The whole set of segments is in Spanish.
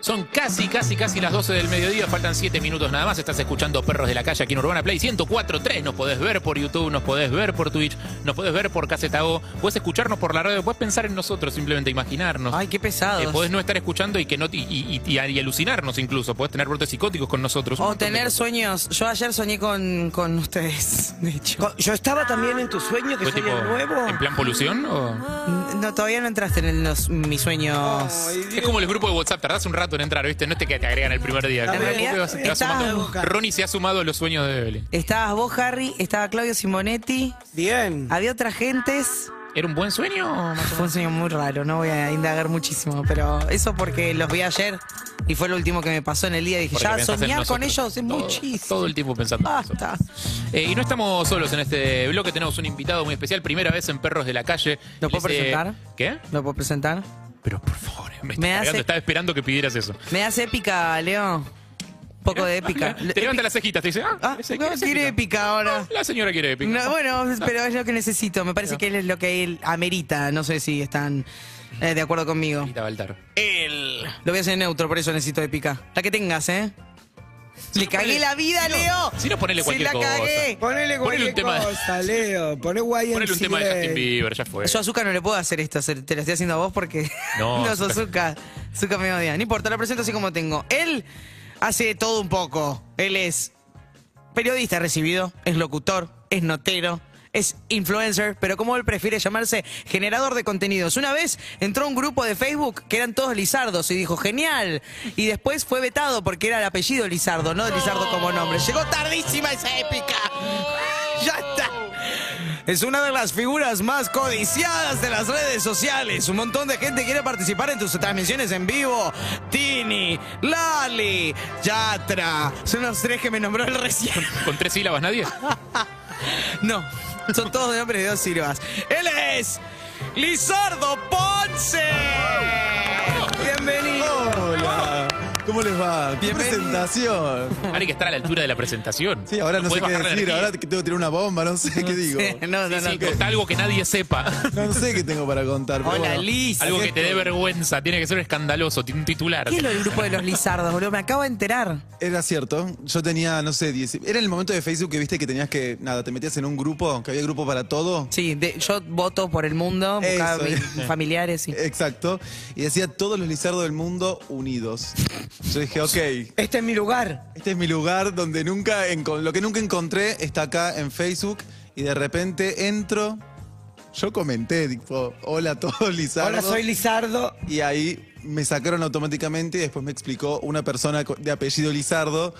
Son casi, casi, casi las 12 del mediodía. Faltan 7 minutos nada más. Estás escuchando Perros de la Calle aquí en Urbana Play 104.3. Nos podés ver por YouTube, nos podés ver por Twitch, nos podés ver por Casetago. Podés escucharnos por la radio, podés pensar en nosotros, simplemente imaginarnos. Ay, qué Eh, pesado. podés no estar escuchando y que no te- y, y- y- y alucinarnos incluso. Podés tener brotes psicóticos con nosotros. Un O montón de tener cosas. sueños. Yo ayer soñé con, con ustedes, de hecho. Co- Yo estaba también en tu sueño, que ¿Fue soy tipo el nuevo. en plan polución? o? No, todavía no entraste en los- mis sueños. Es como el grupo de WhatsApp, tardás un rato en entrar, ¿viste? No es que te agregan el primer día. En realidad, Te vas- te vas estaba sumando. buscando. Ronnie se ha sumado a los sueños de Evelyn. Estabas vos, Harry, estaba Claudio Simonetti, Bien. había otras gentes. ¿Era un buen sueño? o más o Fue un sueño muy raro, no voy a indagar muchísimo, pero eso porque los vi ayer y fue lo último que me pasó en el día. Dije, Porque ya pensás en soñar con nosotros. ellos es Todo- muchísimo. Ah. Todo el tiempo pensando en nosotros. Basta. Eh, y no estamos solos en este bloque, tenemos un invitado muy especial, primera vez en Perros de la Calle. ¿Lo puedo Les, eh, presentar? ¿Qué? ¿Lo puedo presentar? Pero por favor, me, Me está cargando, hace- estaba esperando que pidieras eso. Me das épica, Leo. Un poco de épica. Ah, Te levanta las cejitas, te dice, ah, Ah, ese- no, ese quiere épica. épica ahora. La señora quiere épica. No, bueno, pero es lo que necesito. Me parece que es lo que él amerita. No sé si están eh, de acuerdo conmigo. Anita Baltar. Lo voy a hacer neutro, por eso necesito épica. La que tengas, ¿eh? Le cagué ponele- la vida, Leo. si no, ponele Se cualquier la cagué. Ponele Ponele un cualquier tema de- cosa, Leo. Poné YMCA. Ponele un tema de Justin Bieber, ya fue. Yo a Azúcar no le puedo hacer esto, se- te lo estoy haciendo a vos porque No, no, sos Azúcar. Azúcar me odia. No importa, lo presento así como tengo. Él hace de todo un poco. Él es periodista recibido, es locutor, es notero. Es influencer, pero como él prefiere llamarse generador de contenidos. Una vez entró a un grupo de Facebook que eran todos Lizardos y dijo, genial. Y después fue vetado porque era el apellido Lizardo, no de Lizardo como nombre. Llegó tardísima esa épica. Ya está. Es una de las figuras más codiciadas de las redes sociales. Un montón de gente quiere participar en tus transmisiones en vivo. Tini, Lali, Yatra. Son los tres que me nombró el recién. ¿Con tres sílabas nadie? No, son todos de nombre de dos sílabas. Él es Lizardo Ponce. Bienvenido. Hola, ¿cómo les va? ¿Qué Bienvenido. presentación? Ahora hay que estar a la altura de la presentación. Sí, ahora no podés sé qué bajar la decir, energía. ahora que tengo que tirar una bomba, no sé qué digo. No, no, Sí, sí, no. contá algo que nadie sepa. No sé qué tengo para contar. pero Hola, bueno. Liz. Algo que te dé vergüenza, tiene que ser escandaloso, tiene un titular. ¿Qué es lo del grupo de los Lizardos, boludo? Me acabo de enterar. Era cierto, yo tenía, no sé, 10, era el momento de Facebook que viste que tenías que, nada, te metías en un grupo, que había grupo para todo. Sí, de- yo voto por el mundo, buscaba a Eso, mis eh. familiares. sí. Exacto, y decía todos los lizardos del mundo unidos. Yo dije, ok, Este es mi lugar. Este es mi lugar donde nunca encon- lo que nunca encontré está acá en Facebook y de repente entro. Yo comenté, tipo, hola a todos, Lizardo. Ahora soy Lizardo. Y ahí me sacaron automáticamente y después me explicó una persona co- de apellido Lizardo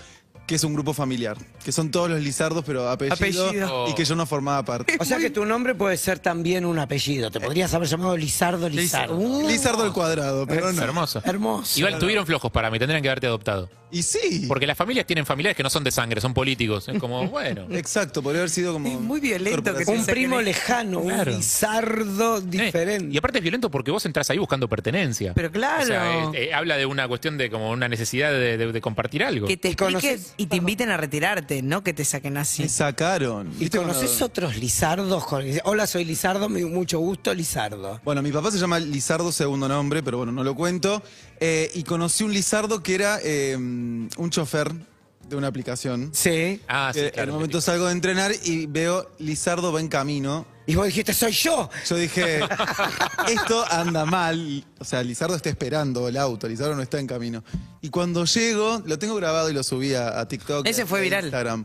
que es un grupo familiar, que son todos los Lizardos pero apellido, Apellido. y que yo no formaba parte. O sea que tu nombre puede ser también un apellido. Te podrías haber llamado Lizardo Lizardo. Uh, Lizardo al cuadrado, pero Es no. hermoso. hermoso. Igual tuvieron flojos para mí, tendrían que haberte adoptado. Y sí. Porque las familias tienen familiares que no son de sangre, son políticos. Es como, bueno. Exacto, podría haber sido como Es muy violento que corporación. sea Un Esa primo que le- lejano, Claro. un Lizardo Eh, diferente. Y aparte es violento porque vos entrás ahí buscando pertenencia. Pero claro. O sea, eh, eh, habla de una cuestión de como una necesidad de, de- de compartir algo. Que te expliquen conoces? y te inviten a retirarte, no que te saquen así. Me sacaron. ¿Y ¿Viste cuando- conoces otros Lizardos? Con- Hola, soy Lizardo, me dio mucho gusto, Lizardo. Bueno, mi papá se llama Lizardo, segundo nombre, pero bueno, no lo cuento. Eh, y conocí un Lizardo que era eh, un chofer de una aplicación. Sí. Ah, sí, Que Eh, en claro, un momento típico. salgo de entrenar y veo Lizardo va en camino. Y vos dijiste, soy yo. Yo dije, esto anda mal. O sea, Lizardo está esperando el auto, Lizardo no está en camino. Y cuando llego, lo tengo grabado y lo subí a, a TikTok. Ese a- fue a viral. Instagram.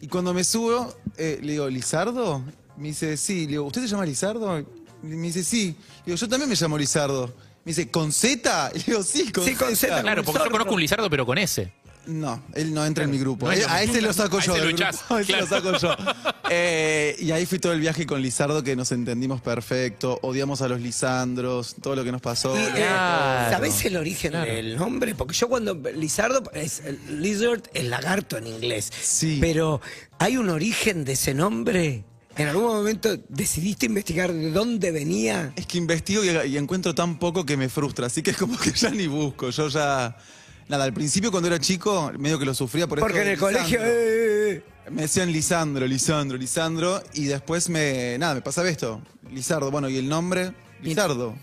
Y cuando me subo, eh, le digo, ¿Lizardo? Me dice, sí. Le digo, ¿usted se llama Lizardo? Me dice, sí. Le digo, yo también me llamo Lizardo. Me dice, ¿con Z? Le digo, sí, con Sí, con Z. Z. Claro, porque yo Sordo. conozco un lizardo, pero con ese. No, él no entra en mi grupo. no es Eh, lo a mismo. ese lo saco A yo. ese lo del echás, grupo. A ese lo claro. saco yo. Eh, y ahí fui todo el viaje con Lizardo, que nos entendimos perfecto. Odiamos a los Lisandros, todo lo que nos pasó. Y, eh, Claro. ¿Sabés el origen del nombre? Porque yo cuando. Lizardo. Es, lizard es lagarto en inglés. Sí. Pero hay un origen de ese nombre. ¿En algún momento decidiste investigar de dónde venía? Es que investigo y, y encuentro tan poco que me frustra, así que es como que ya ni busco. Yo ya. Nada, al principio cuando era chico, medio que lo sufría por esto Porque en de el colegio. Lisandro. eh, eh, eh. Me decían Lisandro, Lisandro, Lisandro. Y después me. Nada, me pasaba esto. Lizardo. Bueno, ¿y el nombre? Lizardo.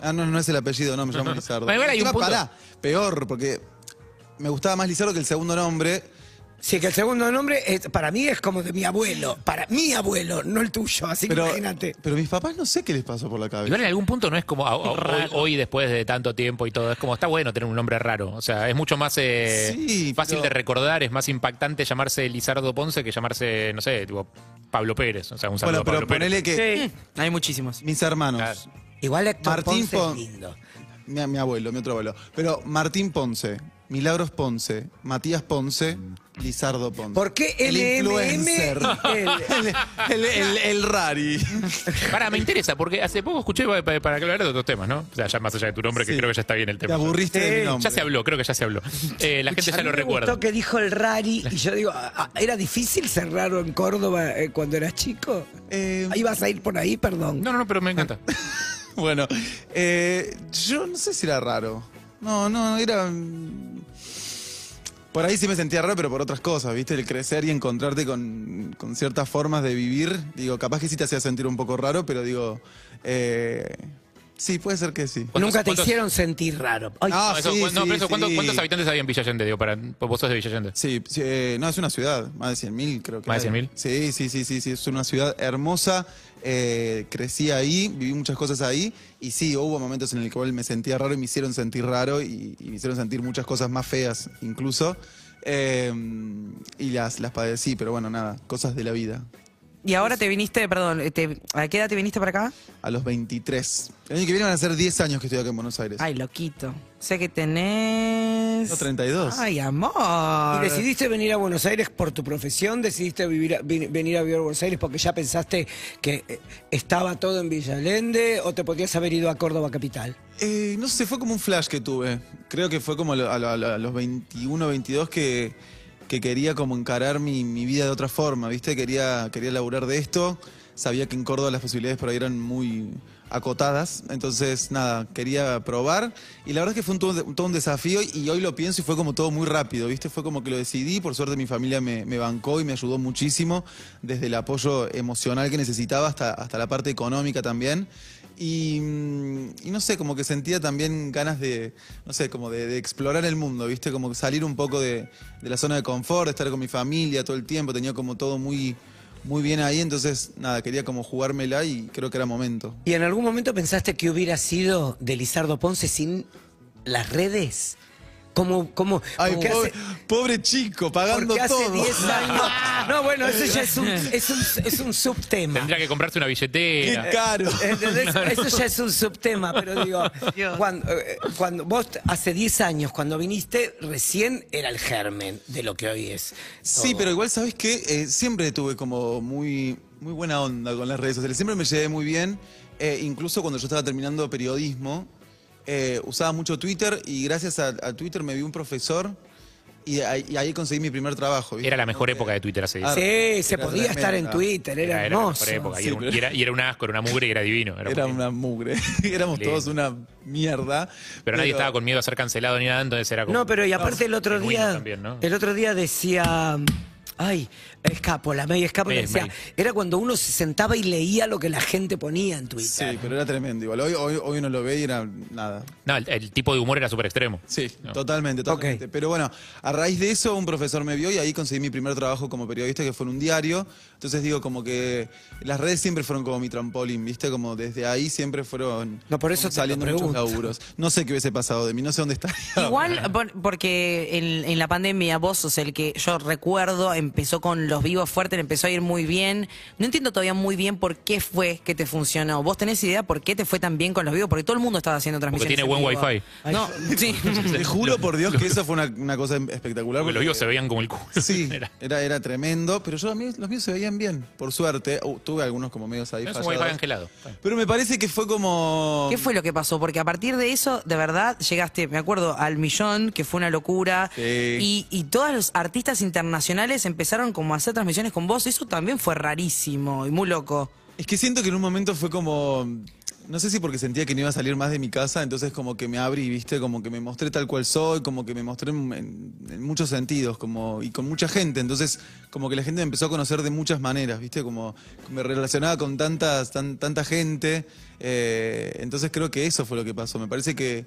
Ah, no, no es el apellido, no, me llamo Lizardo. Bueno, igual hay un Encima, punto. pará, peor, porque me gustaba más Lizardo que el segundo nombre. eh. Sí, que el segundo nombre es- para mí es como de mi abuelo. Para mi abuelo, no el tuyo. Así que Pero, imagínate. pero mis papás no sé qué les pasó por la cabeza. Igual en algún punto no es como a- a- hoy, hoy, después de tanto tiempo y todo. Es como, está bueno tener un nombre raro. O sea, es mucho más eh, Sí, fácil pero- de recordar, es más impactante llamarse Lizardo Ponce que llamarse, no sé, tipo Pablo Pérez. O sea, un saludo Bueno, a Pablo pero ponele que Mm, Hay muchísimos. mis hermanos. Claro. Igual Héctor eh, Martín Ponce es Pon- lindo. Mi, mi abuelo, mi otro abuelo. Pero Martín Ponce, Milagros Ponce, Matías Ponce, Lizardo Ponce. ¿Por qué el LMM? influencer? El, el- el- el rari. Pérez. Para, me interesa, porque hace poco escuché eh, pa- pa- para, hablar de otros temas, ¿no? O sea, ya más allá de tu nombre, que Sí. creo que ya está bien el Te tema. aburriste de mi nombre. Ya se habló, creo que ya se habló. Eh, la gente A ya mí lo me recuerda. gustó que dijo el Rari y yo digo, ah, ah, ¿era difícil ser raro en Córdoba eh, cuando eras chico? Eh, Ahí vas a ir por ahí, perdón. No, no, no, pero me encanta. bueno, eh, yo no sé si era raro. No, no, era... mm, Por ahí sí me sentía raro, pero por otras cosas, ¿viste? El crecer y encontrarte con, con ciertas formas de vivir. Digo, capaz que sí te hacía sentir un poco raro, pero digo... eh, sí, puede ser que sí. ¿Cuántos- Nunca te cuántos- hicieron sentir raro. Ay, Ah, No, eso, sí, cu- no, sí, pero eso, ¿cuántos, sí. cuántos habitantes había en Villa Allende? Digo, para, vos sos de Villa Allende. Sí, sí, eh, no, es una ciudad, más de 100.000 creo que. ¿Más de hay. 100.000? Sí, sí, sí, sí, sí, es una ciudad hermosa. eh, crecí ahí, viví muchas cosas ahí y sí, hubo momentos en el cual me sentía raro y me hicieron sentir raro y, y me hicieron sentir muchas cosas más feas incluso. eh, y las, las padecí, pero bueno, nada, cosas de la vida. Y ahora te viniste, perdón, eh, te- ¿a qué edad te viniste para acá? A los 23. El año que viene van a ser 10 años que estoy acá en Buenos Aires. Ay, loquito. Sé que tenés. No, 32. Ay, amor. Ah, ¿Y eh. decidiste venir a Buenos Aires por tu profesión? ¿Decidiste vivir a- vi- venir a vivir a Buenos Aires porque ya pensaste que eh, estaba todo en Villa Allende o te podías haber ido a Córdoba Capital? Eh, no sé, fue como un flash que tuve. Creo que fue como a, lo- a lo- a lo- a los 21, 22 que, que quería como encarar mi, mi vida de otra forma, ¿viste? Quería, quería laburar de esto. Sabía que en Córdoba las posibilidades por ahí eran muy acotadas. Entonces, nada, quería probar. Y la verdad es que fue un todo, un- todo un desafío y hoy lo pienso y fue como todo muy rápido, ¿viste? Fue como que lo decidí. Por suerte mi familia me, me bancó y me ayudó muchísimo, desde el apoyo emocional que necesitaba hasta, hasta la parte económica también. Y, mm, y no sé, como que sentía también ganas de, no sé, como de, de explorar el mundo, ¿viste? Como salir un poco de, de la zona de confort, de estar con mi familia todo el tiempo, tenía como todo muy, muy bien ahí, entonces nada, quería como jugármela y creo que era momento. ¿Y en algún momento pensaste que hubiera sido de Lizardo Ponce sin las redes? ¿Cómo, cómo, Ay, porque pobre, hace- pobre chico, pagando porque hace todo. 10 años. No, bueno, eso ya es un, es un, es un subtema. Tendría que comprarse una Qué billetera. caro. ¿Entendés? Eso ya es un subtema, pero digo, cuando, eh, cuando vos t- hace 10 años, cuando viniste, recién era el germen de lo que hoy es. Sí, todo. pero igual sabes que siempre tuve como muy, muy buena onda con las redes sociales. Siempre me llevé muy bien. Eh, incluso cuando yo estaba terminando periodismo, eh, usaba mucho Twitter y gracias a, a Twitter me vi un profesor y, ahí- y ahí conseguí mi primer trabajo. ¿viste? Era la mejor época de Twitter hace 10 Ah, Sí, se Era podía estar en tremenda. Twitter, era, Era, era la hermoso. mejor época. Y, Sí, era un, pero- y era, y era un asco, era una mugre y era divino. Era Era muy lindo. una mugre. Éramos Lindo. todos una mierda. Pero nadie estaba con miedo a ser cancelado ni nada, entonces era como. No, pero y aparte el otro genuino día, también, ¿no? el otro día decía, ay, escapo, la media escapo, May, decía, May. era cuando uno se sentaba y leía lo que la gente ponía en Twitter. Sí, pero era tremendo. Igual hoy, hoy, hoy uno lo ve y era nada. No, el, el tipo de humor era súper extremo. Sí, No. totalmente, totalmente. Pero bueno, a raíz de eso un profesor me vio y ahí conseguí mi primer trabajo como periodista que fue en un diario. Entonces digo como que las redes siempre fueron como mi trampolín, ¿viste? Como desde ahí siempre fueron No, por eso como te saliendo lo muchos pregunto. laburos. No sé qué hubiese pasado de mí, no sé dónde estaría. Igual, por- porque en, en la pandemia vos sos el que yo recuerdo, empezó con los vivos fuertes, le empezó a ir muy bien. No entiendo todavía muy bien por qué fue que te funcionó. ¿Vos tenés idea por qué te fue tan bien con los vivos? Porque todo el mundo estaba haciendo transmisiones. tiene buen en vivo. wifi. No, sí. Te juro por Dios que eso fue una, una cosa em, espectacular. Porque los porque- vivos se veían como el culo. Sí, Era- era, era tremendo, pero yo a mí los míos se veían bien, por suerte. Uh, tuve algunos como medios ahí Es un fallados. wifi angelado. Pero me parece que fue como... ¿Qué fue lo que pasó? Porque a partir de eso, de verdad, llegaste, me acuerdo, al millón, que fue una locura. Sí. Y, y todos los artistas internacionales empezaron como a hacer transmisiones con vos. Eso también fue rarísimo y muy loco. Es que siento que en un momento fue como. no sé si porque sentía que no iba a salir más de mi casa, entonces como que me abrí, viste, como que me mostré tal cual soy, como que me mostré en, en muchos sentidos, como, y con mucha gente, entonces como que la gente me empezó a conocer de muchas maneras, viste, como me relacionaba con tantas, tan- tanta gente, eh, entonces creo que eso fue lo que pasó, me parece que,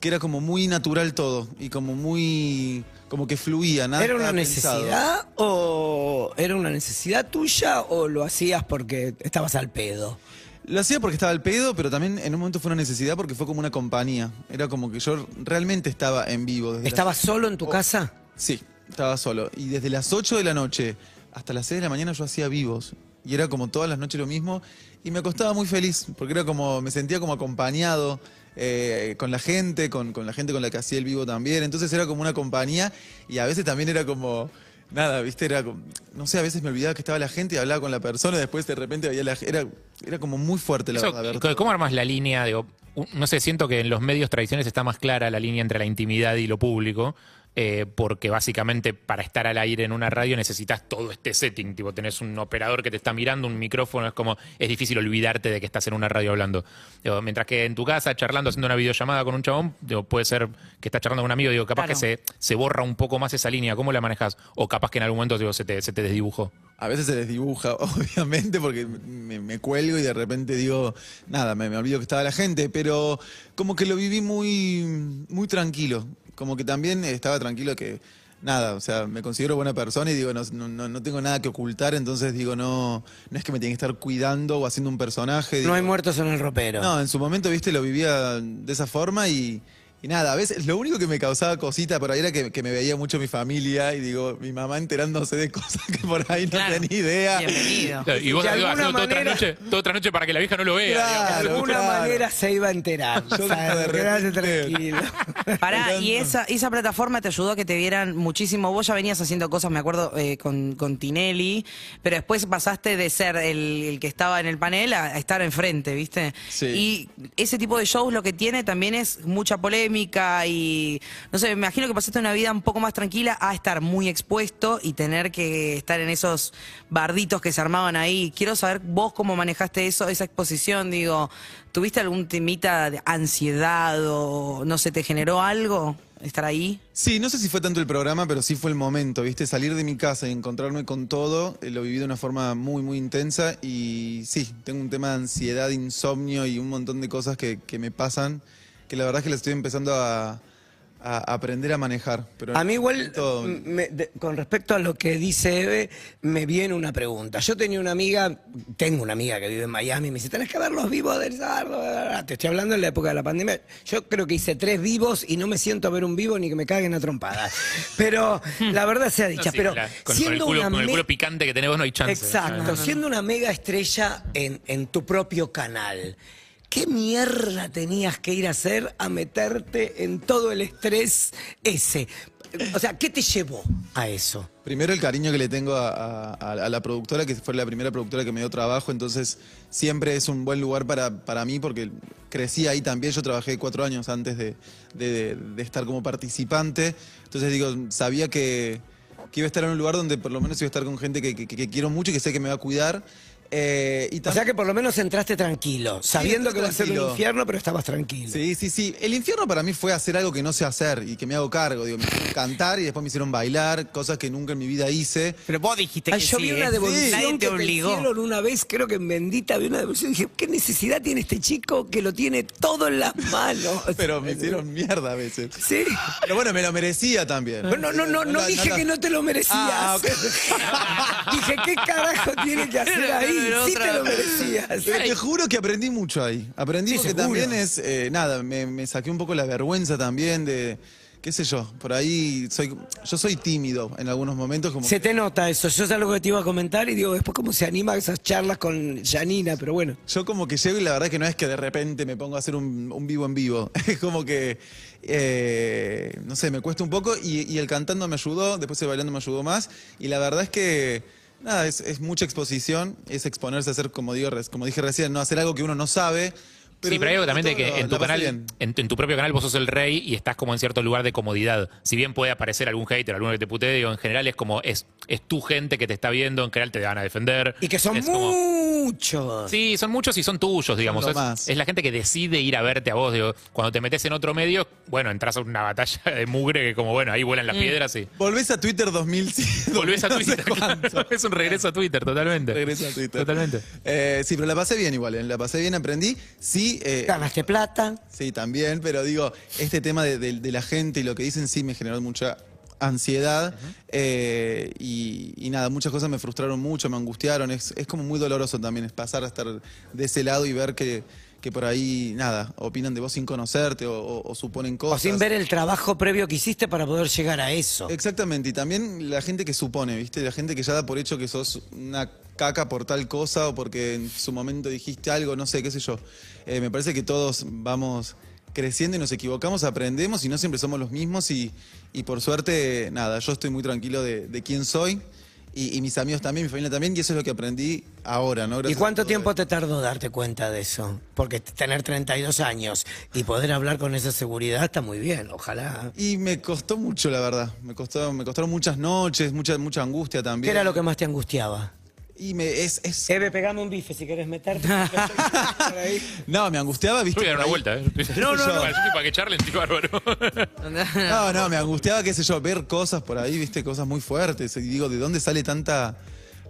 que era como muy natural todo, y como muy, como que fluía, nada ¿Era una Ah, pensado. necesidad o era una necesidad tuya o lo hacías porque estabas al pedo? Lo hacía porque estaba al pedo, pero también en un momento fue una necesidad porque fue como una compañía. Era como que yo realmente estaba en vivo. Desde ¿Estabas solo en Oh, tu casa? las- Sí, estaba solo. Y desde las 8 de la noche hasta las 6 de la mañana yo hacía vivos. Y era como todas las noches lo mismo. Y me acostaba muy feliz porque era como, me sentía como acompañado eh, con la gente, con, con la gente con la que hacía el vivo también. Entonces era como una compañía y a veces también era como... Nada, viste, era como, no sé, a veces me olvidaba que estaba la gente y hablaba con la persona, y después de repente había la era, era como muy fuerte la Eso, verdad. ver ¿cómo- ¿Cómo armas la línea? Digo, u- no sé, siento que en los medios tradicionales está más clara la línea entre la intimidad y lo público, eh, porque básicamente para estar al aire en una radio necesitas todo este setting. Tipo, tenés un operador que te está mirando, un micrófono, es como, es difícil olvidarte de que estás en una radio hablando. Digo, mientras que en tu casa, charlando, haciendo una videollamada con un chabón, digo, puede ser que estás charlando con un amigo, digo, capaz Claro. que se, se borra un poco más esa línea, ¿cómo la manejas? O capaz que en algún momento digo, se, te, se te desdibujó. A veces se desdibuja, obviamente, porque me, me cuelgo y de repente digo, nada, me, me olvido que estaba la gente, pero como que lo viví muy, muy tranquilo. Como que también estaba tranquilo que, nada, o sea, me considero buena persona y digo, no, no- no- no tengo nada que ocultar, entonces digo, no, no es que me tienen que estar cuidando o haciendo un personaje. No hay digo, muertos en el ropero. no, en su momento, viste, lo vivía de esa forma y, y nada, a veces lo único que me causaba cosita por ahí era que, que me veía mucho mi familia y digo, mi mamá enterándose de cosas que por ahí no Claro. tenía ni idea. Bienvenido. Claro, Y vos De digo, alguna haciendo toda otra manera- noche, toda otra noche para que la vieja no lo vea. Claro. digamos. De alguna claro. manera se iba a enterar. ¿sabes? Yo de Quedarse repente- tranquilo. Pará, y Mirando. esa, esa plataforma te ayudó a que te vieran muchísimo. Vos ya venías haciendo cosas, me acuerdo, eh, con, con Tinelli, pero después pasaste de ser el, el que estaba en el panel a, a estar enfrente, ¿viste? Sí. Y ese tipo de shows lo que tiene también es mucha polémica y, no sé, me imagino que pasaste una vida un poco más tranquila a estar muy expuesto y tener que estar en esos barditos que se armaban ahí. Quiero saber vos cómo manejaste eso, esa exposición, digo, ¿tuviste algún temita de ansiedad o no sé, te generó algo estar ahí? Sí, no sé si fue tanto el programa, pero sí fue el momento, ¿viste? Salir de mi casa y encontrarme con todo, eh, lo viví de una forma muy, muy intensa y sí, tengo un tema de ansiedad, insomnio y un montón de cosas que, que me pasan, que la verdad es que las estoy empezando a, a aprender a manejar. Pero A mí igual, Todo- m- me- de- con respecto a lo que dice Eve, me viene una pregunta. Yo tenía una amiga, tengo una amiga que vive en Miami, me dice, tenés que ver los vivos del Sardo. bla, bla, bla". Te estoy hablando en la época de la pandemia. Yo creo que hice tres vivos y no me siento a ver un vivo ni que me caguen a trompadas. Pero la verdad sea No, dicha, sí, pero la- con, con el siendo culo, una con el me- culo picante que tenemos no hay chance. Exacto, siendo una mega estrella en, en tu propio canal. ¿Qué mierda tenías que ir a hacer a meterte en todo el estrés ese? O sea, ¿qué te llevó a eso? Primero el cariño que le tengo a, a- a- a la productora, que fue la primera productora que me dio trabajo, entonces siempre es un buen lugar para, para mí porque crecí ahí también, yo trabajé cuatro años antes de, de- de- de estar como participante, entonces digo, sabía que, que iba a estar en un lugar donde por lo menos iba a estar con gente que, que- que quiero mucho y que sé que me va a cuidar. eh, y O tam- sea que por lo menos entraste tranquilo, sabiendo entré que va a ser un tranquilo. infierno, pero estabas tranquilo. Sí, sí, sí. El infierno para mí fue hacer algo que no sé hacer y que me hago cargo. Digo, me hicieron cantar y después me hicieron bailar, cosas que nunca en mi vida hice. Pero vos dijiste ¿eh? Ay, Ah, yo vi una devolución Nadie te que me obligó. hicieron una vez, creo que en Bendita vi una devolución y dije, ¿qué necesidad tiene este chico que lo tiene todo en las manos? Pero me hicieron mierda a veces. Sí. Pero bueno, me lo merecía también. No, no, no, no, no la- dije la- que no te lo merecías. Ah, ok. dije, ¿qué carajo tiene que hacer Era- ahí? era Sí otra- te lo merecías. Pero Eh, te juro que aprendí mucho ahí. Aprendí Sí, porque seguro. también es, eh, nada, me, me saqué un poco la vergüenza también de, qué sé yo, por ahí soy, yo soy tímido en algunos momentos. Como Se te nota eso. Yo es algo que te iba a comentar y digo, después cómo se anima a esas charlas con Janina, pero bueno. Yo como que llego y la verdad que no es que de repente me pongo a hacer un, un vivo en vivo. Es como que, eh, no sé, me cuesta un poco y, y el cantando me ayudó, después el bailando me ayudó más. Y la verdad es que, nada, es, es mucha exposición, es exponerse a hacer, como, digo, res- como dije recién, no hacer algo que uno no sabe. sí, pero hay algo también de todo que en tu la pasé canal, en, bien. en tu propio canal vos sos el rey y estás como en cierto lugar de comodidad. Si bien puede aparecer algún hater, alguno que te putee, digo, en general es como, es, es tu gente que te está viendo, en general te van a defender. Y que son Es como- muchos. Sí, son muchos y son tuyos, digamos. lo Es- más. Es, la gente que decide ir a verte a vos. Digo, cuando te metes en otro medio, bueno, entras a una batalla de mugre que como, bueno, ahí vuelan Mm. las piedras y Volvés a Twitter 2007. volvés a no sé Twitter. cuánto. es un regreso a Twitter, totalmente. Regreso a Twitter. Totalmente. Eh, sí, pero la pasé bien igual, eh, la pasé bien, aprendí. Sí, eh, Ganaste plata. sí, también, pero digo, este tema de, de- de la gente y lo que dicen sí me generó mucha ansiedad eh, y, y nada, muchas cosas me frustraron mucho, me angustiaron, es, es como muy doloroso también es pasar a estar de ese lado y ver que, que por ahí, nada, opinan de vos sin conocerte o, o- o suponen O cosas. sin ver el trabajo previo que hiciste para poder llegar a eso. Exactamente, y también la gente que supone, ¿viste? La gente que ya da por hecho que sos una caca por tal cosa o porque en su momento dijiste algo, no sé, qué sé yo. Eh, me parece que todos vamos creciendo y nos equivocamos, aprendemos y no siempre somos los mismos y, y por suerte, nada, yo estoy muy tranquilo de, de quién soy y, y mis amigos también, mi familia también y eso es lo que aprendí ahora, ¿no? ¿Y Gracias a cuánto todo tiempo esto. te tardó darte cuenta de eso? Porque t- tener 32 años y poder hablar con esa seguridad está muy bien, ojalá. Y me costó mucho, la verdad. Me costó, me costaron muchas noches, mucha, mucha angustia ¿Qué también. era lo que más te angustiaba? Y me, es, es- Eve, pegame un bife si querés meterte. No, me angustiaba, Yo ¿viste? voy a dar una Por ahí- vuelta, ¿eh? No, no, no. Para, para que charlen, estoy bárbaro. No, no, me angustiaba, qué sé yo, ver cosas por ahí, viste, cosas muy fuertes. Y digo, ¿de dónde sale tanta,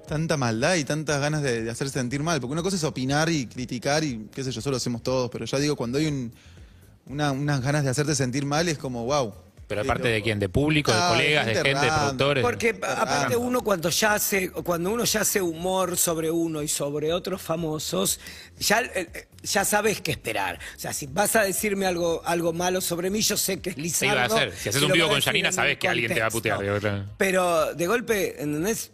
tanta maldad y tantas ganas de, de hacer sentir mal? Porque una cosa es opinar y criticar y qué sé yo, eso lo hacemos todos, pero ya digo, cuando hay un- una- unas ganas de hacerte sentir mal es como, wow. Pero aparte de quién, de público, de Ah, colegas, de gente, de random. productores. Porque a- aparte uno cuando ya hace, cuando uno ya hace humor sobre uno y sobre otros famosos, ya, eh, ya sabes qué esperar. O sea, si vas a decirme algo, algo malo sobre mí, yo sé que es Sí, va a Lizardo. hacer. Si haces y un lo vivo voy a con decir Yanina, en sabes un que alguien te va a contexto. putear, digo, claro. Pero de golpe, ¿entendés?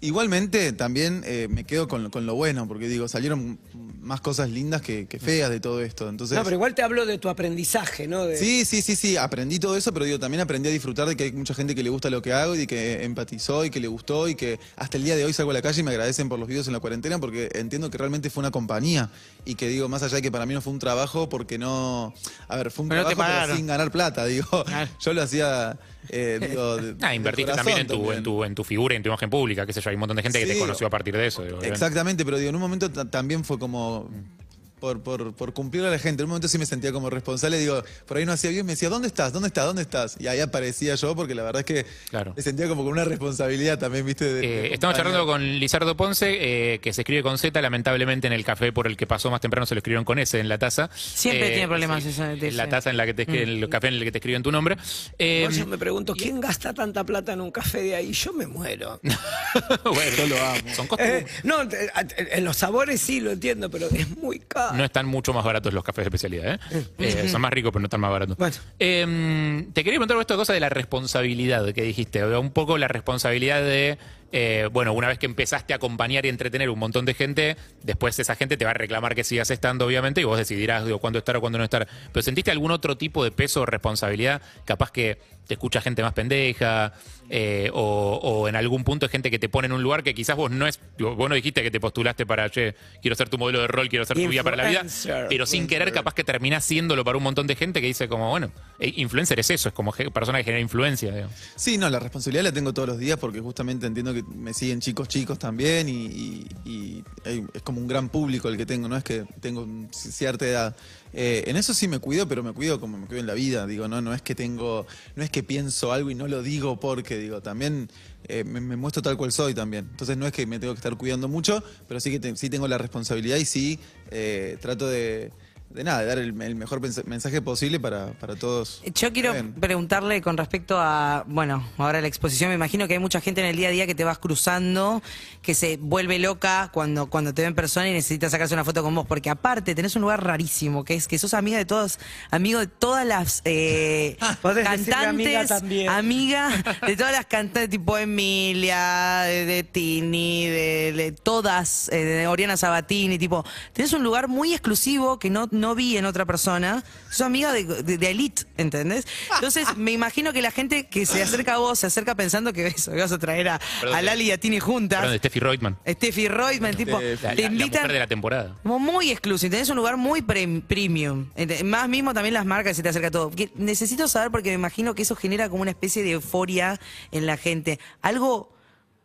Igualmente, también eh, me quedo con, con lo bueno, porque digo, salieron más cosas lindas que, que feas de todo esto. Entonces, No, pero igual te hablo de tu aprendizaje, ¿no? De- Sí, sí, sí, sí, aprendí todo eso, pero digo, también aprendí a disfrutar de que hay mucha gente que le gusta lo que hago y que empatizó y que le gustó y que hasta el día de hoy salgo a la calle y me agradecen por los videos en la cuarentena porque entiendo que realmente fue una compañía y que digo, más allá de que para mí no fue un trabajo porque no, a ver, fue un Pero no te trabajo pero pagaron. sin ganar plata, digo, yo lo hacía, eh, digo, de- Ah, de invertiste corazón también, en, tu, En, tu, en tu figura y en tu imagen pública, qué sé yo. Hay un montón de gente que te Sí. conoció a partir de eso. digo, obviamente. Exactamente, pero digo, en un momento ta- también fue como. Por, por, por cumplir a la gente. En un momento sí me sentía como responsable. Digo, por ahí no hacía bien. Me decía, ¿dónde estás? ¿Dónde estás? ¿Dónde estás? Y ahí aparecía yo porque la verdad es que Claro. me sentía como con una responsabilidad también, ¿viste? de- Eh, de estamos acompañar. charlando con Lizardo Ponce, eh, que se escribe con Z, lamentablemente en el café por el que pasó más temprano se lo escribieron con S en la taza. Eh, Siempre tiene problemas esa de Mm. En la ese. taza en la que te escriben, el café en el que te escriben tu nombre. Eh, Igual yo me pregunto, ¿quién gasta tanta plata en un café de ahí? Yo me muero. bueno, Yo lo amo. Son costos. Eh, no, te- a- te- en los sabores sí lo entiendo, pero es muy caro. No están mucho más baratos los cafés de especialidad, ¿eh? Eh, son más ricos, pero no están más baratos. Bueno. Eh, te quería preguntar esta cosa de la responsabilidad que dijiste. Un poco la responsabilidad de, eh, bueno, una vez que empezaste a acompañar y entretener un montón de gente, después esa gente te va a reclamar que sigas estando, obviamente, y vos decidirás digo, cuándo estar o cuándo no estar. Pero ¿sentiste algún otro tipo de peso o responsabilidad? Capaz que te escucha gente más pendeja, eh, o, o en algún punto hay gente que te pone en un lugar que quizás vos no es, digo, vos no dijiste que te postulaste para, che, quiero ser tu modelo de rol, quiero ser tu guía para la vida, Influencer. pero sin querer capaz que terminás siéndolo para un montón de gente que dice como, bueno, eh, influencer es eso, es como ge- persona que genera influencia. digamos. Sí, no, la responsabilidad la tengo todos los días porque justamente entiendo que me siguen chicos chicos también y, y- y hay- es como un gran público el que tengo, no es que tengo un ci- cierta edad. Eh, en eso sí me cuido, pero me cuido como me cuido en la vida, digo, no, no es que tengo, no es que pienso algo y no lo digo porque, digo, también eh, me, me muestro tal cual soy también. Entonces no es que me tengo que estar cuidando mucho, pero sí que te- sí tengo la responsabilidad y sí eh, trato de, de nada, de dar el, el mejor pensa- mensaje posible para, para todos. Eh, Yo quiero Bien. preguntarle con respecto a, bueno, ahora la exposición, me imagino que hay mucha gente en el día a día que te vas cruzando, que se vuelve loca cuando, cuando te ve en persona y necesita sacarse una foto con vos, porque aparte tenés un lugar rarísimo, que es que sos amiga de todos, amigo de todas las eh, podés decirle amiga cantantes, también. amiga de todas las cantantes tipo Emilia, de, de Tini, de, de todas, eh, de Oriana Sabatini, tipo, tenés un lugar muy exclusivo que no, no vi en otra persona. Sos amiga de, de- de elite, ¿entendés? Entonces, me imagino que la gente que se acerca a vos se acerca pensando que eso, que vas a traer a, Perdón, a sí. Lali y a Tini juntas. Perdón, de Steffi Reutemann. Steffi Reutemann, tipo, Steffi. La, te la- la invitan mujer de la temporada. como muy exclusivo, tenés un lugar muy prem- premium. Ent- Más mismo también las marcas se te acerca todo. Que necesito saber porque me imagino que eso genera como una especie de euforia en la gente. Algo,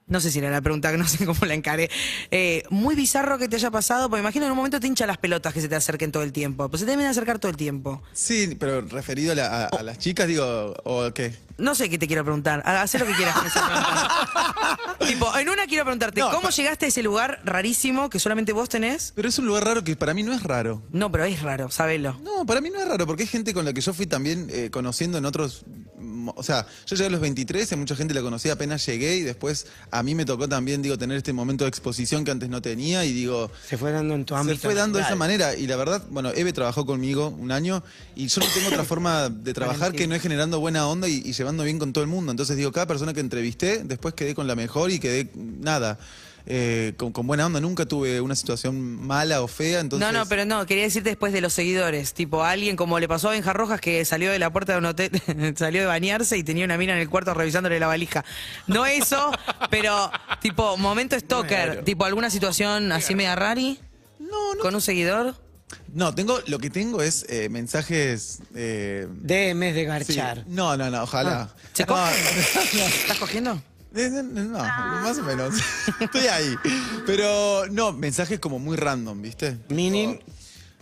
no sé si era la pregunta, que no sé cómo la encaré, Eh, muy bizarro que te haya pasado, porque me imagino en un momento te hincha las pelotas que se te acerquen todo el tiempo. Pues se te vienen a acercar todo el tiempo. Sí, pero referido a, la- a- a las chicas, digo, ¿o qué? No sé qué te quiero preguntar, haz lo que quieras. con esa pregunta. tipo, en una quiero preguntarte, No, ¿cómo pa- llegaste a ese lugar rarísimo que solamente vos tenés? Pero es un lugar raro que para mí no es raro. No, pero es raro, sabelo. No, para mí no es raro, porque es gente con la que yo fui también eh, conociendo en otros... mm, O sea, yo llegué a los 23, y mucha gente la conocía apenas llegué y después a mí me tocó también, digo, tener este momento de exposición que antes no tenía y digo, Se fue dando en tu ámbito. se fue dando de esa natural. manera y la verdad, bueno, Eve trabajó conmigo un año y yo no tengo otra forma de trabajar que no es generando buena onda y, y llevando bien con todo el mundo. Entonces digo, cada persona que entrevisté, después quedé con la mejor y quedé nada. eh, con, con buena onda nunca tuve una situación mala o fea, entonces... No, no, pero no, quería decir después de los seguidores, tipo alguien como le pasó a Benja Rojas que salió de la puerta de un hotel, salió de bañarse y tenía una mina en el cuarto revisándole la valija. No eso, pero tipo momento stalker, tipo alguna situación así media rari No, no, con un seguidor. no, tengo, lo que tengo es eh, mensajes... eh, DMs de sí. garchar. No, no, no, ojalá. Ah, ¿Se No, cogen? ¿Estás cogiendo? Eh, No, no, no, Ah. más o menos. Estoy ahí. Pero no, mensajes como muy random, ¿viste? Meaning. Tipo,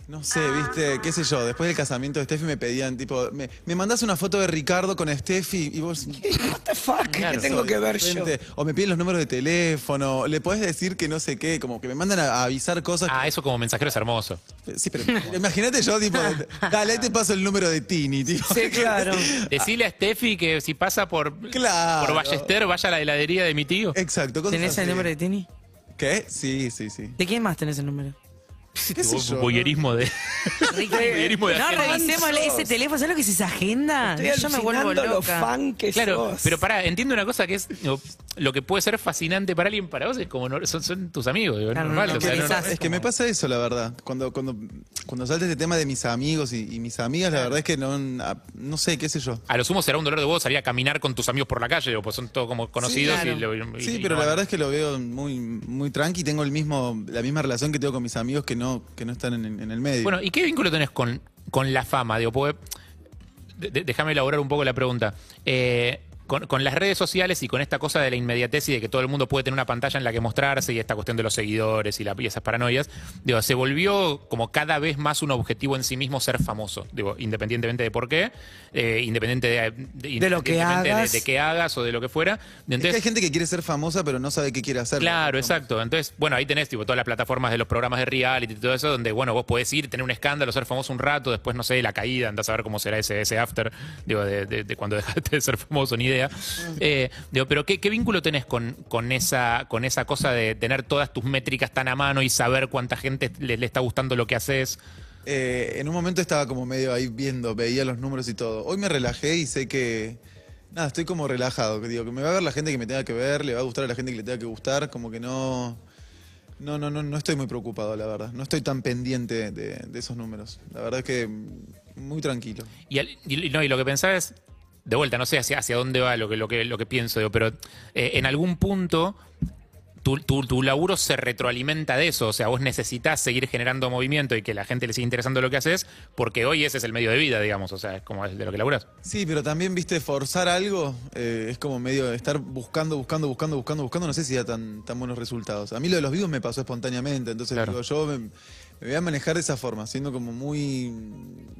No sé, Ah. viste, qué sé yo. Después del casamiento de Steffi me pedían, tipo, me, me mandás una foto de Ricardo con Steffi y vos. What the fuck? Claro. ¿Qué tengo que ver yo? Gente, O me piden los números de teléfono, le podés decir que no sé qué, como que me mandan a, a avisar cosas. Ah, eso como mensajero es hermoso. Sí, pero imagínate yo, tipo, dale, ahí te paso el número de Tini, tipo. Sí, claro. Decile a Steffi que si pasa por, Claro. Eh, por Ballester, vaya a la heladería de mi tío. Exacto, cosas ¿Tenés el así. número de Tini? ¿Qué? Sí, sí, sí. ¿De quién más tenés el número? ¿Qué sé yo? Boyerismo de. Boyerismo de No, agenda. revisemos sos? ese teléfono, ¿sabes lo que es esa agenda? Estoy Yo me vuelvo alucinando lo loca. fan que Claro, sos. pero pará, entiendo una cosa que es digo, lo que puede ser fascinante para alguien, para vos es como no- son, son tus amigos, digo, es Claro, normal. no, o sea, no, no- No, no, Quizás. es que me pasa eso, la verdad. Cuando, cuando, cuando salta este tema de mis amigos y, y mis amigas, la verdad es que no, ah, no sé, qué sé yo. a lo sumo será un dolor de voz salir a caminar con tus amigos por la calle, digo, pues son todos como conocidos. claro. y lo- y- Sí, y pero no- la verdad es que lo veo muy, muy tranqui. Tengo el mismo, la misma relación que tengo con mis amigos que no, que no están en, en el medio. Bueno, ¿y qué vínculo tenés con, con la fama? Digo, porque- de- de- déjame elaborar un poco la pregunta. Eh, con, con las redes sociales y con esta cosa de la inmediatez y de que todo el mundo puede tener una pantalla en la que mostrarse y esta cuestión de los seguidores y, la- y esas paranoias, digo, se volvió como cada vez más un objetivo en sí mismo ser famoso, digo, independientemente de por qué, eh, independiente de, De lo independientemente que de- hagas. de qué hagas o de lo que fuera. Es que Entonces, hay gente que quiere ser famosa pero no sabe qué quiere hacer. Claro, exacto. Entonces, bueno, ahí tenés tipo todas las plataformas de los programas de reality y todo eso, donde, bueno, vos podés ir, tener un escándalo, ser famoso un rato, después, no sé, la caída, andás a ver cómo será ese, ese after, digo, de, de- de cuando dejaste de ser famoso, ni idea. Eh, digo, pero ¿qué, qué vínculo tenés con, con, esa, con esa cosa de tener todas tus métricas tan a mano y saber cuánta gente le, le está gustando lo que haces? Eh, en un momento estaba como medio ahí viendo, veía los números y todo. Hoy me relajé y sé que. Nada, estoy como relajado. que Digo, que me va a ver la gente que me tenga que ver, le va a gustar a la gente que le tenga que gustar. Como que no. No, no, no, no estoy muy preocupado, la verdad. No estoy tan pendiente de, de esos números. La verdad es que mm, muy tranquilo. Y, al- y- y no, y lo que pensaba es, de vuelta, no sé hacia, hacia dónde va lo que, lo que, lo que pienso, digo, pero eh, en algún punto tu, tu- tu laburo se retroalimenta de eso. O sea, vos necesitas seguir generando movimiento y que la gente le siga interesando lo que haces, porque hoy ese es el medio de vida, digamos. O sea, es como es de lo que laburas. Sí, pero también, viste, forzar algo eh, es como medio estar buscando, buscando, buscando, buscando, buscando. No sé si da tan, tan buenos resultados. A mí lo de los vivos me pasó espontáneamente, entonces Claro. digo, yo me, me voy a manejar de esa forma, siendo como muy,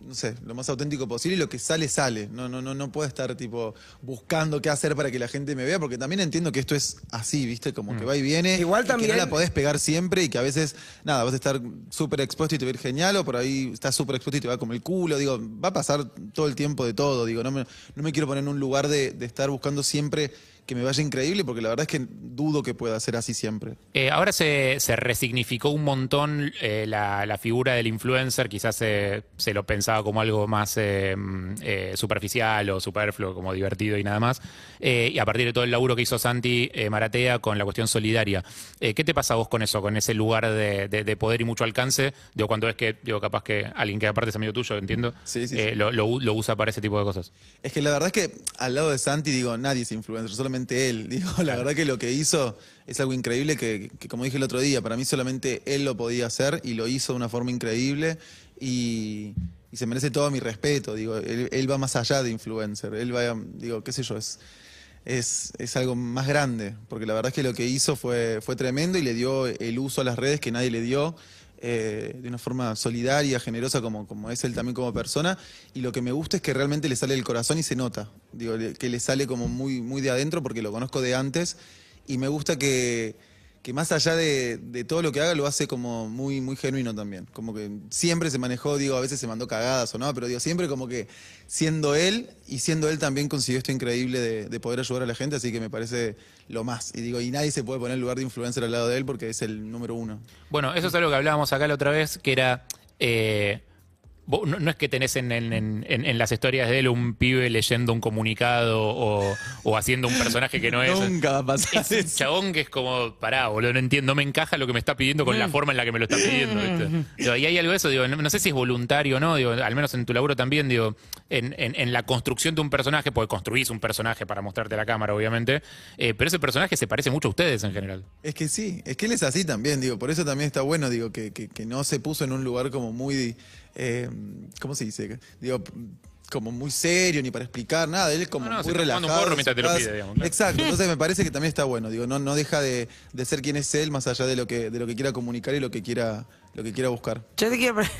no sé, lo más auténtico posible y lo que sale, sale. No, no, no, no puedo estar tipo buscando qué hacer para que la gente me vea, porque también entiendo que esto es así, viste, como que va y viene. Igual y que también- no la podés pegar siempre y que a veces, nada, vas a estar súper expuesto y te va a ir genial, o por ahí estás súper expuesto y te va como el culo. Digo, va a pasar todo el tiempo de todo. Digo, no me, no me quiero poner en un lugar de, de estar buscando siempre que me vaya increíble, porque la verdad es que dudo que pueda ser así siempre. Eh, ahora se, se resignificó un montón eh, la, la figura del influencer, quizás eh, se lo pensaba como algo más eh, mm, eh, superficial o superfluo, como divertido y nada más. Eh, y a partir de todo el laburo que hizo Santi eh, Maratea con la cuestión solidaria, eh, ¿qué te pasa a vos con eso, con ese lugar de, de- de poder y mucho alcance? Digo, cuando es que, digo, capaz que alguien que aparte es amigo tuyo, entiendo, Sí, sí, eh, sí. Lo, lo u- lo usa para ese tipo de cosas. Es que la verdad es que al lado de Santi, digo, nadie es influencer, solamente él. Digo, la verdad que lo que hizo es algo increíble que, que, como dije el otro día, para mí solamente él lo podía hacer y lo hizo de una forma increíble y, y se merece todo mi respeto. Digo, él, él va más allá de influencer, él va, digo, qué sé yo, es, es, es algo más grande, porque la verdad es que lo que hizo fue, fue tremendo y le dio el uso a las redes que nadie le dio. eh, de una forma solidaria, generosa, como, como es él también como persona. Y lo que me gusta es que realmente le sale del corazón y se nota. Digo, le- que le sale como muy, muy de adentro porque lo conozco de antes. Y me gusta que, que más allá de, de todo lo que haga, lo hace como muy, muy genuino también. Como que siempre se manejó, digo, a veces se mandó cagadas o no, pero digo, siempre como que siendo él y siendo él también consiguió esto increíble de, de poder ayudar a la gente, así que me parece lo más. Y digo, y nadie se puede poner en lugar de influencer al lado de él porque es el número uno. Bueno, eso es algo que hablábamos acá la otra vez, que era. eh, vos- no, no es que tenés en, en- en- en- en las historias de él un pibe leyendo un comunicado o, o haciendo un personaje que no es. Nunca va a pasar Es un eso. chabón que es como, pará, boludo, no entiendo, no me encaja lo que me está pidiendo con la forma en la que me lo está pidiendo. ¿viste? Digo, y hay algo de eso, digo, no, no sé si es voluntario o no, digo, al menos en tu laburo también, digo, en, en- en la construcción de un personaje, porque construís un personaje para mostrarte a la cámara, obviamente, eh, pero ese personaje se parece mucho a ustedes en general. Es que sí, es que él es así también, digo, por eso también está bueno, digo, que, que- que no se puso en un lugar como muy, eh, ¿cómo se dice? Digo, como muy serio, ni para explicar nada, él es como No, no, se muy está fumando relajado. un porro mientras te lo sentado. pide, digamos, claro. Exacto, entonces me parece que también está bueno, digo, no, no deja de, de ser quien es él, más allá de lo que, de lo que quiera comunicar y lo que quiera, lo que quiera buscar. Yo te quiero. pre-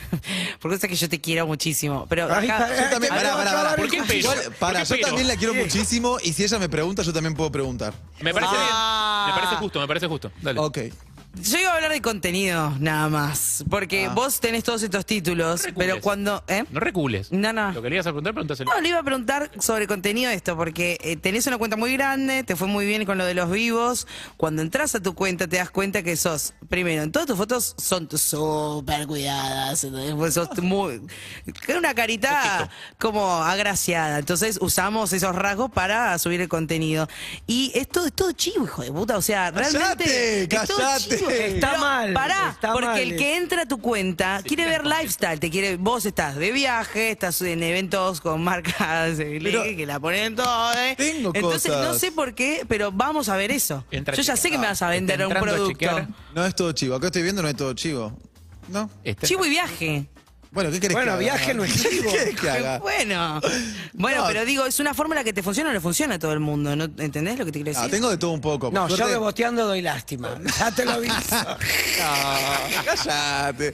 Porque sé que yo te quiero muchísimo. Pero. Ay, acá- pará, Yo también, acá- pará, pará, eh, pará. ¿Por qué pero? Igual, ¿Por pará, qué yo pero? también la quiero muchísimo y si ella me pregunta, yo también puedo preguntar. Me parece Ah. bien, me parece justo, me parece justo. Dale. Ok. Yo iba a hablar de contenido, nada más. Porque vos tenés todos estos títulos, recules. pero cuando. ¿eh? No recules. No, no. Lo que le ibas a preguntar, preguntáselo. No, le iba a preguntar sobre contenido esto, porque eh, tenés una cuenta muy grande, te fue muy bien con lo de los vivos. Cuando entras a tu cuenta te das cuenta que sos, primero, en todas tus fotos son t- súper cuidadas, ¿entendés? Pues sos muy... con una carita como agraciada. Entonces usamos esos rasgos para subir el contenido. Y es todo, es todo chivo, hijo de puta. O sea, realmente... Cállate, es todo cállate. chivo. Está Pero mal, Pará, está porque mal. el que entra a tu cuenta quiere ver lifestyle, te quiere, vos estás de viaje, estás en eventos con marcas eh, Pero- que la ponen todo, ¿eh? Tengo Entonces cosas. no sé por qué, pero vamos a ver eso. Entra Yo a ya chequear. sé que me vas a Está vender un entrando a producto. chequear. No es todo chivo, acá estoy viendo, no es todo chivo. ¿No? Está- Chivo y viaje. Bueno, ¿qué querés Bueno, que haga? viaje no es ¿Qué chivo. querés que haga? Bueno, bueno, No. pero digo, es una fórmula que te funciona o no funciona a todo el mundo, ¿no? ¿Entendés lo que te quiero Ah, decir? tengo de todo un poco. por No, yo suerte- beboteando doy lástima. Ya te lo aviso. No, cállate.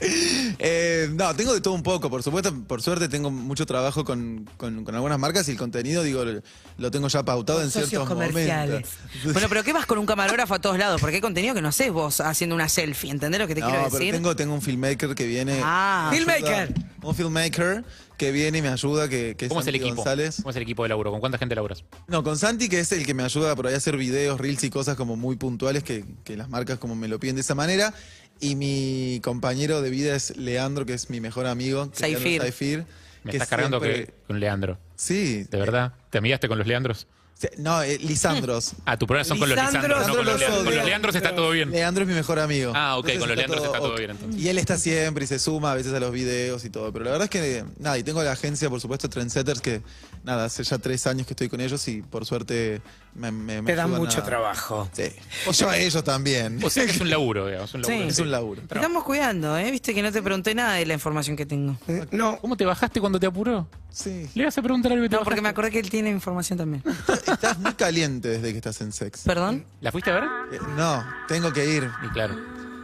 Eh, no, tengo de todo un poco, por supuesto. Por suerte tengo mucho trabajo con, con- con algunas marcas y el contenido, digo, lo, lo tengo ya pautado en Socios ciertos comerciales. momentos. Bueno, pero ¿qué vas con un camarógrafo a todos lados? Porque hay contenido que no haces vos haciendo una selfie, ¿entendés lo que te quiero No, decir? pero tengo, tengo un filmmaker que viene. Ah. Filmmaker. Un filmmaker que viene y me ayuda, que, que es ¿Cómo es el Santi equipo? González. ¿Cómo es el equipo de laburo? ¿Con cuánta gente laburas? No, con Santi, que es el que me ayuda por ahí a hacer videos, reels y cosas como muy puntuales que, que las marcas como me lo piden de esa manera. Y mi compañero de vida es Leandro, que es mi mejor amigo. que Zaifir. se llama Zaifir, Me que estás cargando siempre- que, con Leandro. Sí. ¿De verdad? ¿Te amigaste con los Leandros? Se- No, eh, Lisandros. Ah, tu problema son con los Lisandros, Lisandros, no con los Lisandros Leandros. Con los odio. Leandros está todo bien. Leandro es mi mejor amigo. Ah, ok, con los Leandros está todo ok. bien, entonces. Y él está siempre y se suma a veces a los videos y todo. Pero la verdad es que, nada, y tengo la agencia, por supuesto, Trendsetters, que, nada, hace ya tres años que estoy con ellos y por suerte me. me- me Te dan ayudan mucho a- trabajo. Sí. O yo a ellos también. O sea, que es un laburo, digamos. es un laburo. Sí. Es un laburo. Te estamos cuidando, ¿eh? Viste que no te pregunté nada de la información que tengo. No, ¿Cómo te bajaste cuando te apuró? Sí. Le vas a preguntar algo que te No, porque me bajaste. acordé que él tiene información también. Estás muy caliente desde que estás en sex. ¿Perdón? ¿La fuiste a ver? Eh, no, tengo que ir. Y claro.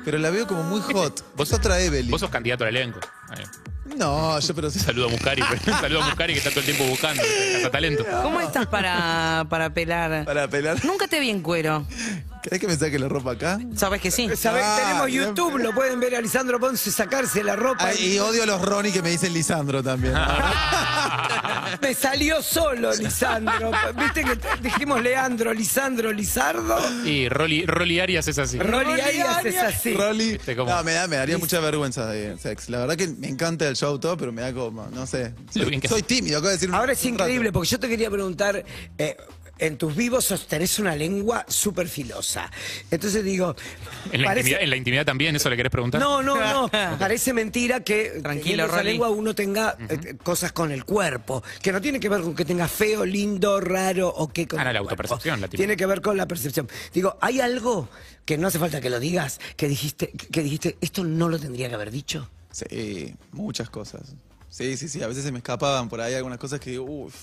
Pero la veo como muy hot. Vos otra Evelyn. Vos sos candidato al elenco. Ahí. No, yo pero sí. Saludo a Muscari, pero- saludo a Muscari que está todo el tiempo buscando. Casa talento. ¿Cómo estás para, para pelar? Para pelar. Nunca te vi en cuero. ¿Querés que me saque la ropa acá? ¿Sabes que sí? ¿Sabés? Ah, Tenemos bien. YouTube, lo pueden ver a Lisandro Ponce sacarse la ropa. Ay, Ah, y odio a los Ronnie que me dicen Lisandro también. Ah, Me salió solo, Lisandro. ¿Viste que te- dijimos Leandro, Lisandro, Lizardo? Y Rolly, Rolly Arias es así. Rolly Arias es así. Rolly. Viste cómo- No, me, da, me daría mucha vergüenza de sex. La verdad que me encanta el show todo, pero me da como, no sé. Lo bien Soy, que- soy tímido, acabo de decir un- Ahora es un rato. increíble, porque yo te quería preguntar, eh, en tus vivos sos- tenés una lengua súper filosa. Entonces digo, En la, parece- intimidad, en la intimidad también, ¿eso le querés preguntar? No, no, no. Parece mentira que Tranquilo, teniendo esa Rolly. lengua uno tenga eh, cosas con el cuerpo, que no tiene que ver con que tenga feo, lindo, raro o qué con Ah, no, el la cuerpo. autopercepción, la típica. Tiene que ver con la percepción. Digo, hay algo que no hace falta que lo digas, que dijiste que dijiste esto no lo tendría que haber dicho. Sí, muchas cosas. Sí, sí, sí. A veces se me escapaban por ahí algunas cosas que digo, uff.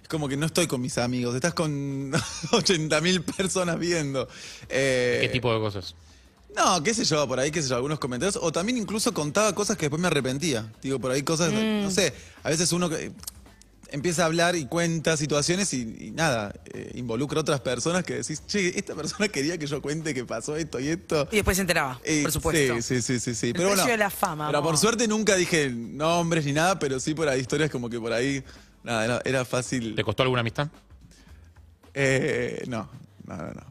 Es como que no estoy con mis amigos, estás con 80.000 personas viendo. Eh, ¿Qué tipo de cosas? No, qué sé yo, por ahí, qué sé yo, algunos comentarios. O también incluso contaba cosas que después me arrepentía. Digo, por ahí cosas, no sé, a veces uno que- empieza a hablar y cuenta situaciones y, y nada, eh, involucra a otras personas que decís, che, esta persona quería que yo cuente que pasó esto y esto. Y después se enteraba, Eh, por supuesto. Sí, sí, sí, sí. sí. El pero bueno, precio de la fama, Pero amor. por suerte nunca dije nombres ni nada, pero sí por ahí historias como que por ahí, nada, era, era fácil. ¿Te costó alguna amistad? Eh, no, no, no, no.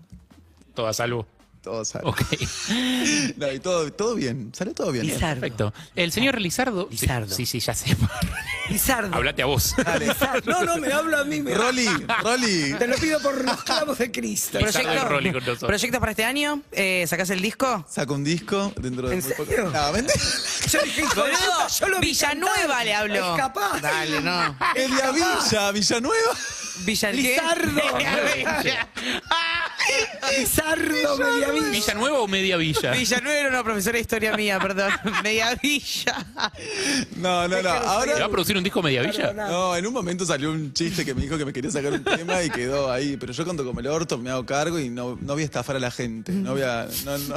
Todo a salvo. Todo sale. Ok. No, y todo, todo bien, salió todo bien. eh. Lizardo. Perfecto. El señor Lizardo. Lizardo. Sí, sí, ya sé. Lizardo. Hablate a vos. Lizardo. No, no, me hablo a mí. me- Rolly, Rolly. Te lo pido por los clavos de Cristo. Pero- Lizardo y Rolly con nosotros. ¿Proyectos para este año? Eh, ¿Sacás el disco? Saca un disco dentro de ¿En muy poco. serio? No, mentira. Yo dije, hijo de puta, yo lo vi Villanueva cantar. le habló. Es capaz. Dale, no. El de Villa, Villanueva. Villa Lizardo. Lizardo Mediavilla. ¿Villa Nueva o Media Villa? Villanueva era una profesora de historia mía, perdón. Media Villa. No, no, no. ¿Te va a Ahora. producir un disco Media Villa? Perdona. No, en un momento salió un chiste que me dijo que me quería sacar un tema y quedó ahí. Pero yo cuando como el orto me hago cargo y no, no voy a estafar a la gente. No voy a. No, no,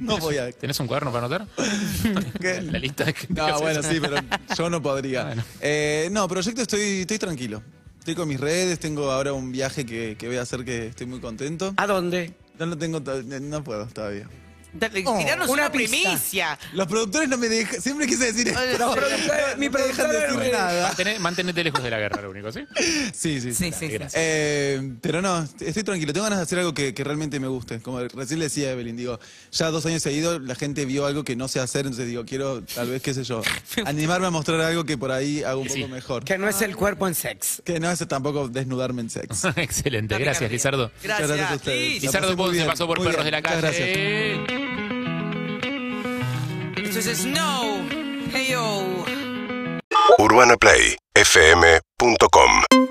no voy a. ¿Tenés un cuaderno para anotar? ¿Qué? La lista de gente que No, hace bueno, eso. sí, pero yo no podría. Eh, no, proyecto estoy, estoy tranquilo. Estoy con mis redes, tengo ahora un viaje que, que voy a hacer que estoy muy contento. ¿A dónde? No lo tengo, to- eh, no puedo todavía. Dale, Oh, tiranos una una, pista. primicia. Los productores no me dejan, siempre quise decir esto. Los No, productores- mi no me dejan productor decir es- nada. Mantené- mantenete lejos de la guerra, lo único, ¿sí? Sí, sí, Sí, sí, sí. sí. gracias. Eh, pero no, estoy tranquilo, tengo ganas de hacer algo que, que realmente me guste. Como recién le decía a Evelyn, digo, ya dos años seguidos la gente vio algo que no sé hacer, entonces digo, quiero tal vez, qué sé yo, animarme a mostrar algo que por ahí hago un Sí. poco mejor. Que no es el cuerpo en sex. Que no es tampoco desnudarme en sex. Excelente. Gracias, Lizardo. Picardía. Muchas gracias a Gracias. ustedes. Liz. La pasé Lizardo muy Ponce bien, pasó por muy Perros de la bien, muchas gracias. Calle. Esto es Snow. Hey, yo. UrbanaPlayFM.com